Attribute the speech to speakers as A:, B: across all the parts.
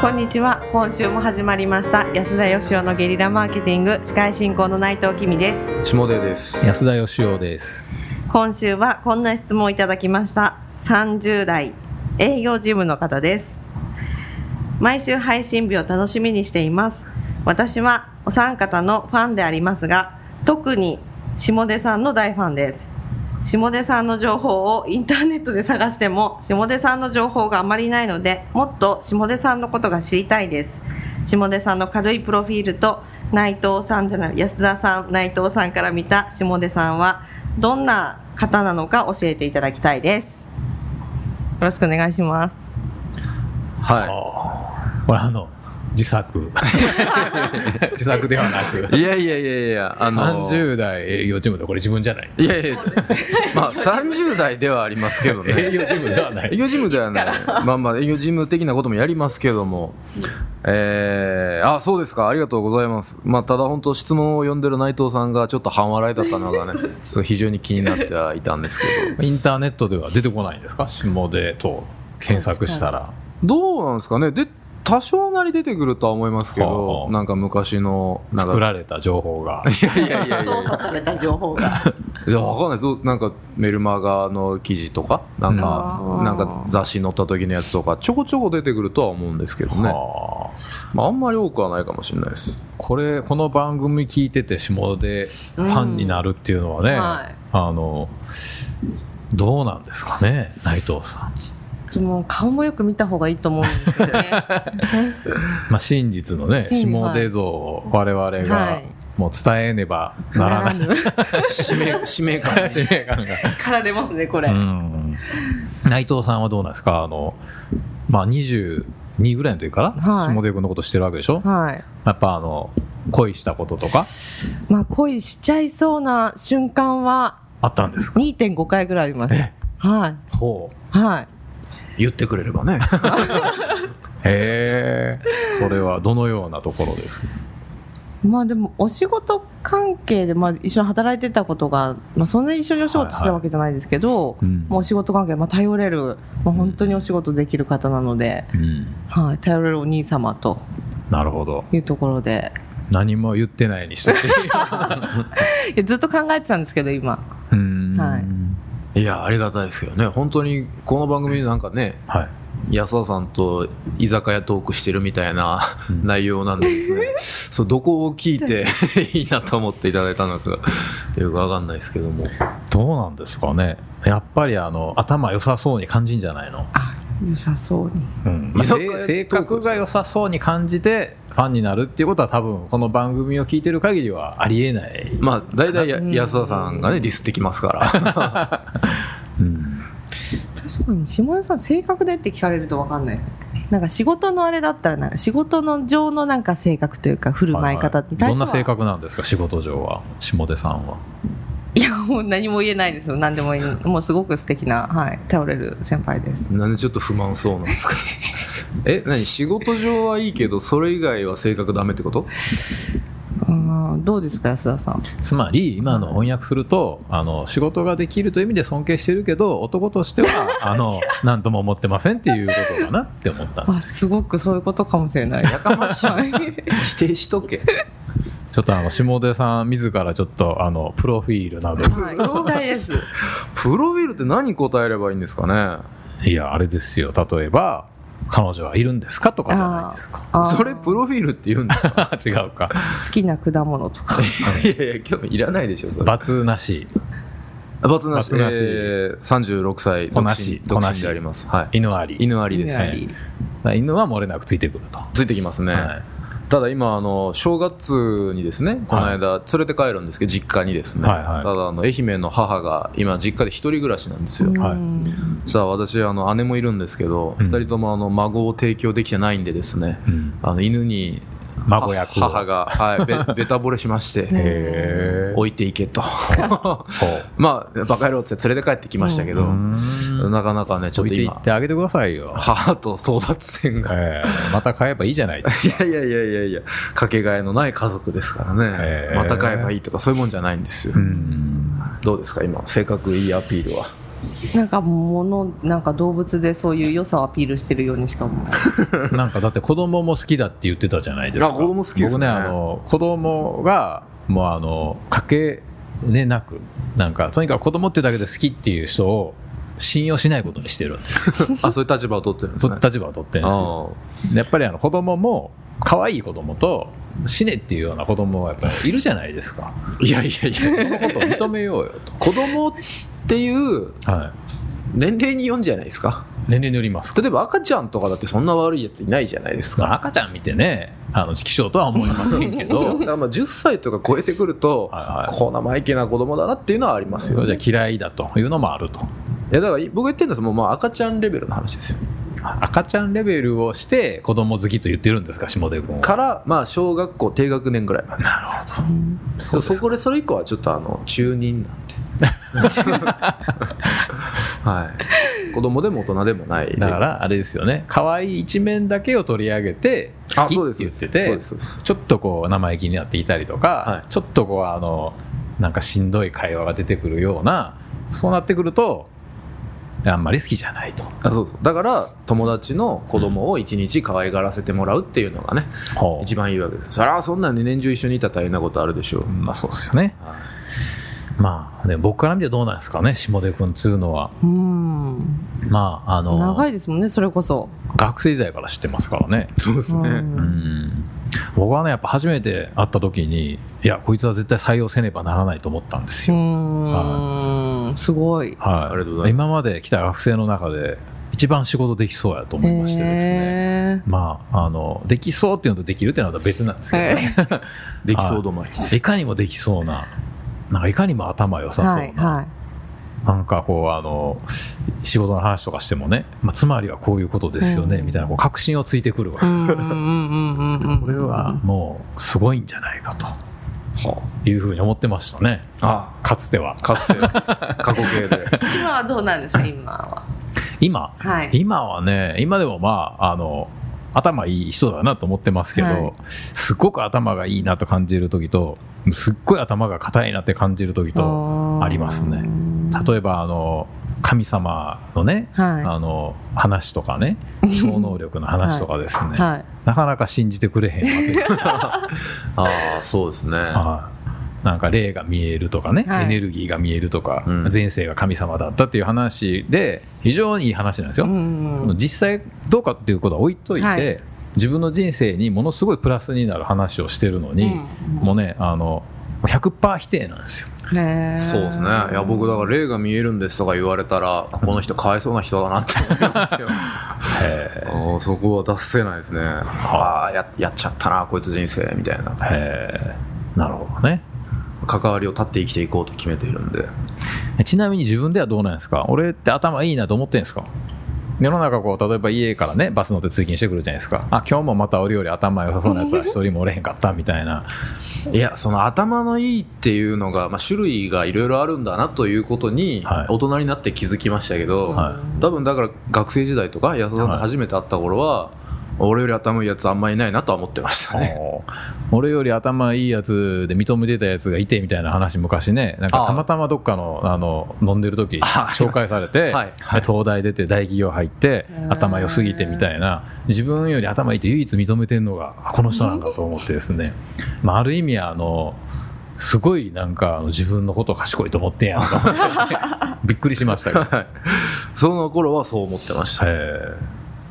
A: こんにちは今週も始まりました安田義雄のゲリラマーケティング司会進行の内藤君です
B: 下出です。
C: 安田義雄です。
A: 今週はこんな質問をいただきました30代営業事務の方です毎週配信日を楽しみにしています私はお三方のファンでありますが特に下出さんの大ファンです下出さんの情報をインターネットで探しても下出さんの情報があまりないのでもっと下出さんのことが知りたいです下出さんの軽いプロフィールと内藤さんじゃない安田さん内藤さんから見た下出さんはどんな方なのか教えていただきたいですよろしくお願いします
B: は
C: これあの自 作自作ではなく
B: い。いやいやいやいや、あの、
C: 30代営業チームでこれ自分じゃない
B: いやい や、まあ30代ではありますけど
C: 営
B: ね。
C: 業チームではな
B: 営
C: い
B: 業事務ではない。まあまあ営業事務的なこともやりますけども。えー、あ、そうですか。ありがとうございます。まあただ本当質問を読んでる内藤さんがちょっと半笑いだったの がね、そう非常に気になってはいたんですけど。
C: インターネットでは出てこないんですか下でと検索したら
B: どうなんですかね。で、多少なり出てくるとは思いますけ
C: はあは
B: ど、
C: あ
B: なんか昔の、なんか
C: 作られた情報 が
B: いやいやいやいや
A: 操作された情報 が
B: いや、わかんないどう。なんか、メルマガの記事とか、なんか、
A: うん
B: なんか雑誌に載った時のやつとか、ちょこちょこ出てくるとは思うんですけどね。
C: はあ
B: まあ、あんまり多くはないかもしれないです。
C: これこの番組聞いてて下でファンになるっていうのはね、
A: うんはい
C: あのどうなんですかね内藤さん、
A: もう顔もよく見た方がいいと思うんですよね
C: まあ、真実のね
A: 真実
C: 下出像を我々
A: は
C: が
A: い
C: もう伝えねば ならない
B: 使命、使命感。
C: 使命感が。
A: かられますねこれ、
C: うん内藤さんはどうなんですかあの、まあ、22ぐらいの時から、
A: はい
C: 下出君のことしてるわけでしょ
A: はい
C: やっぱあの恋したこととか
A: まあ恋しちゃいそうな瞬間は
C: あったんですか
A: 2.5回ぐらいあります
C: え
A: は
C: ほう
A: いはい
B: 言ってくれればね。
C: へえそれはどのようなところですか
A: まあでもお仕事関係でまあ一緒に働いてたことが、まあ、そんなに一緒にお仕事してたわけじゃないですけど、
C: うん
A: もうお仕事関係、まあ、頼れる、まあ、本当にお仕事できる方なので、
C: うん
A: はい、頼れるお兄様と
C: なるほど
A: いうところで
C: 何も言ってないに してっていう
A: いやずっと考えてたんですけど今
C: うん
A: はい
B: いや、ありがたいですけどね。本当に、この番組でなんかね、
C: はい
B: 安田さんと居酒屋トークしてるみたいな
C: うん
B: 内容なんでです ね。そう、どこを聞い ていいなと思っていただいたのか、よくわかんないですけども。
C: どうなんですかねやっぱりあの頭良さそうに感じんじゃないの
A: あ良さそうに
C: うん
B: 居酒屋
C: で性格が良さそうに感じてファンになるっていうことは多分この番組を聞いてる限りはありえない、
B: まあ、大体や
A: うん
B: 安田さんがね、ディスってきますから。
A: 確かに下田さん性格でって聞かれると分かんないなんか仕事のあれだったらなんか仕事の上のなんか性格というか振る舞い方に対
C: ど
A: し
C: ん
A: ては、
C: な性格なんですか仕事上は下出さんはい
A: やもう何も言えないですよ何でもいいもうすごく素敵なはい頼れる先輩です
B: なんでちょっと不満そうなんですか え何仕事上はいいけどそれ以外は性格ダメってこと
A: うんどうですか安田さん
C: つまり今の翻訳するとあの仕事ができるという意味で尊敬してるけど男 としてはあの何とも思ってませんっていうことかなって思った
A: あすごくそういうことかもしれない
B: やかま しい否定しとけ
C: ちょっとあの下出さん自らちょっとあのプロフィールなど
A: はい、了解です。
B: プロフィールって何答えればいいんですかね
C: いやあれですよ例えば彼女はいるんですかとかじゃないですか
A: あー
B: それプロフィールって言うんですか
C: 違うか
A: 好きな果物とか。
B: いやいや今日いらないでしょそれ
C: 罰なし
B: バツなし
C: バツなし
B: えー、36歳
C: こ
B: 独
C: な
B: 身
C: し
B: 独
C: こな
B: 身
C: し
B: であります、はい、
C: 犬あり
B: 犬ありで
A: 犬
B: す、
A: あ
B: はい
A: り
C: 犬は漏れなくついてくると、
B: ついてきますね、
C: はい
B: ただ今あの正月にですねこの間連れて帰るんですけど実家にですね、
C: はいは
B: た
C: い
B: だあの愛媛の母が今実家で一人暮らしなんですよ、
C: はい
A: うん
B: さあ私あの姉もいるんですけど、
C: うん
B: 二人ともあの孫を提供できてないんでですね
C: うん、
B: あの犬に
C: 孫役
B: 母母
C: が
B: が、はい、 べべた惚れしまして
C: へえ
B: 置いていけと まあバカ野郎っつって連れて帰ってきましたけど、なかなかねちょっ
C: 置
B: と
C: いてい
B: 今
C: ってあげてくださいよ、
B: 母と争奪戦が
C: ええまた買えばいいじ ゃない
B: いやいやいやいやいやかけがえのない家族ですからね
C: へえ
B: また買えばいいとかそういうもんじゃないんですよ、どうですか今性格いいアピールは
A: なんか物なんか動物でそういう良さをアピールしてるようにしか思う
C: なんかだって子供も好きだって言ってたじゃないですか。
B: あ子供好きですね
C: 僕ね、あの、子供が、もうあの、かけねなく、なんか、とにかく子供ってだけで好きっていう人を信用しないことにしてるんです。
B: あそういう立場を取ってるんです
C: そ
B: ね
C: う立場を取ってるんですよ。
B: あ
C: やっぱりあの子供も、可愛い子供と、死ねっていうような子供がやっぱりいるじゃないですか。
B: ーいやいやいや
C: そのことを認めようよ
B: 子供っていう
C: と。はい。
B: 年齢によんじゃないですか
C: 年齢によりますか。
B: 例えば赤ちゃんとかだってそんな悪いやついないじゃないです
C: まあ
B: か
C: 赤ちゃん見てね、あの、色相とは思いません け
B: だ
C: ど
B: か、らまあ10歳とか超えてくると
C: はいはい
B: こう生意気な子供だなっていうのはあります
C: そ
B: よ
C: れ
B: ね
C: じゃ嫌いだというのもあると。
B: いやだから僕が言ってるのはもうまあ赤ちゃんレベルの話ですよ
C: 赤ちゃんレベルをして子供好きと言ってるんですか下出君は
B: からまあ小学校低学年ぐらいまで
C: なるほ
B: そこでそれ以降はちょっとあの中忍なん ではい子供でも大人でもない
C: だからあれですよね可愛い一面だけを取り上げて好
B: あ
C: き
B: そうで
C: っ
B: す
C: て言って
B: そう
C: て
B: ですそうです
C: ちょっとこう生意気になっていたりとか、
B: は
C: ちょっとこうあのなんかしんどい会話が出てくるようなそうなってくるとあんまり好きじゃないと
B: あそうそうだから友達の子供を一日可愛がらせてもらうっていうのがね、一番いいわけですそりゃそんなんで年中一緒にいたら大変なことあるでしょう、
C: まあそうですよねまあね僕から見てどうなんですかね下出君っつうのは
A: うん
C: まああの
A: 長いですもんねそれこそ
C: 学生時代から知ってますからね
B: そうですね、
A: うん
C: うん僕はねやっぱ初めて会った時にいやこいつは絶対採用せねばならないと思ったんです
A: う
C: よ、
A: ーんすごい
C: はい、
B: ありがとうございます
C: 今まで来た学生の中で一番仕事できそうやと思いましてです
A: へ
C: ね、まああのできそうっていうのとできるっていうのはまた別なんですけどね、
B: できそう止まり
C: いかにもできそうななんかいかにも頭良
A: ー
C: さそうな、
A: はいはい
C: なんかこうあの仕事の話とかしてもね、まあ、つまりはこういうことですよね、
A: うん
C: みたいなこう確信をついてくるわけ、
A: うんうんうんうんうんうん
C: これはもうすごいんじゃないかというふうに思ってましたね
B: あ
C: かつては
B: あかつ て過去形で
A: 今はどうなんですか今は
C: 今
A: はい
C: 今はね今でもまああの頭いい人だなと思ってますけど、
A: はい
C: すっごく頭がいいなと感じる時とすっごい頭が硬いなって感じる時とありますね例えばあの神様のね、
A: は
C: あの話とかね 超能力の話とかですね、
A: いはい
C: なかなか信じてくれへんわけ ですよ
B: ああそうですね
C: はいなんか霊が見えるとかね、
A: はい
C: エネルギーが見えるとか、
B: うん
C: 前世が神様だったっていう話で非常にいい話なんですよ、
A: うんうん
C: 実際どうかっていうことは置いといて、
A: はい
C: 自分の人生にものすごいプラスになる話をしてるのに、もうねあの100%否定なんですよ
A: うんへー
B: そうですねいや僕だから霊が見えるんですとか言われたらあこの人かわいそうな人だなって思います よああそこは出せないですねああややっちゃったなこいつ人生みたいな
C: へーなるほどね
B: 関わりを断って生きていこうと決めているんで
C: ちなみに自分ではどうなんですか俺って頭いいなと思ってんですか世の中こう例えば家からねバス乗って通勤してくるじゃないですかあ今日もまた俺より頭良さそうなやつは一人もおれへんかったみたいな
B: いやその頭のいいっていうのが、まあ、種類がいろいろあるんだなということに
C: はい
B: 大人になって気づきましたけど、
C: は
B: 多分だから学生時代とか安田さんと初めて会った頃は、俺より頭いいやつあんまいないなとは思ってましたね
C: おー俺より頭いいやつで認めてたやつがいてみたいな話昔ねなん
B: あ
C: か
B: ー
C: たまたまどっかのあの飲んでる時
B: あ
C: 紹介され て、
B: はい
C: 東大出て大企業入って
A: ー
C: 頭良すぎてみたいな自分より頭いいって唯一認めてるのがあこの人なんだと思ってですね、まあ、ある意味あのすごいなんかあの自分のことを賢いと思ってんやんと思 ってびっくりしましたけど、
B: その頃はそう思ってました、
C: え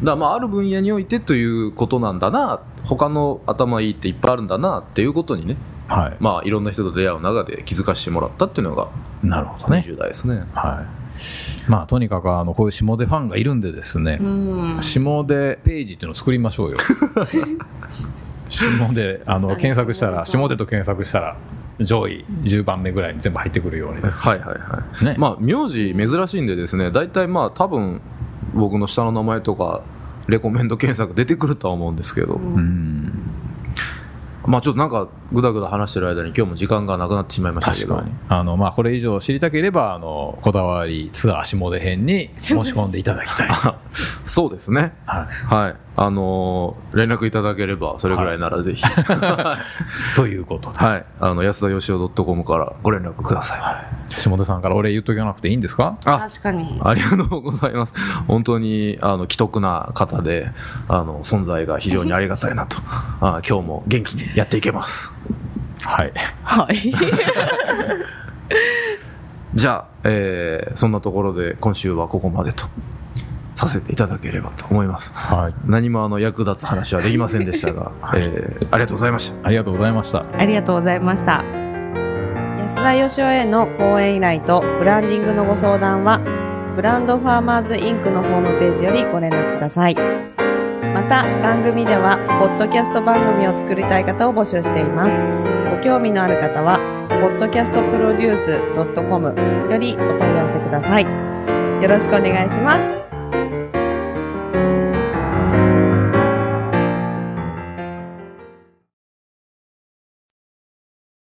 B: だからまあある分野においてということなんだな他の頭いいっていっぱいあるんだなっていうことにね、
C: ーはい
B: まあ、いろんな人と出会う中で気づかせてもらったっていうのが
C: なるほどね、
B: 20代ですね
C: はいまあ、とにかくあのこういう下出ファンがいるんでですね、
A: うん
C: 下でページっていうのを作りましょうよ下であの検索したら下でと検索したら上位10番目ぐらいに全部入ってくるようにです、
B: はいはいはい、
C: ね
B: まあ名字珍しいんでですね大体まあ多分僕の下の名前とかレコメンド検索出てくるとは思うんですけど、
C: うん
B: まあちょっとなんかぐだぐだ話してる間に今日も時間がなくなってしまいましたけ
C: 確
B: ど
C: かにあの、まあ、これ以上知りたければあのこだわりツアー下出編に申し込んでいただきたい、は
B: そうですね
C: い、
B: はいあのー連絡いただければそれぐらいならぜひは
C: ということで、
B: いあの安田よしお .com からご連絡ください
C: 下出さんからお礼言っとかなくていいんですか
B: あ
A: 確かに。
B: ありがとうございます本当にあの既得な方であの存在が非常にありがたいなとあ今日も元気にやっていけます
C: はい
A: はい。
B: じゃあ、えーそんなところで今週はここまでとさせていただければと思います
C: はい
B: 何もあの役立つ話はできませんでしたが、えーありがとうございました
C: ありがとうございました
A: ありがとうございました。安田義しへの講演依頼とブランディングのご相談は、ブランドファーマーズインクのホームページよりご連絡ください。また、番組では、ポッドキャスト番組を作りたい方を募集しています。ご興味のある方は、podcastproduce.com よりお問い合わせください。よろしくお願いします。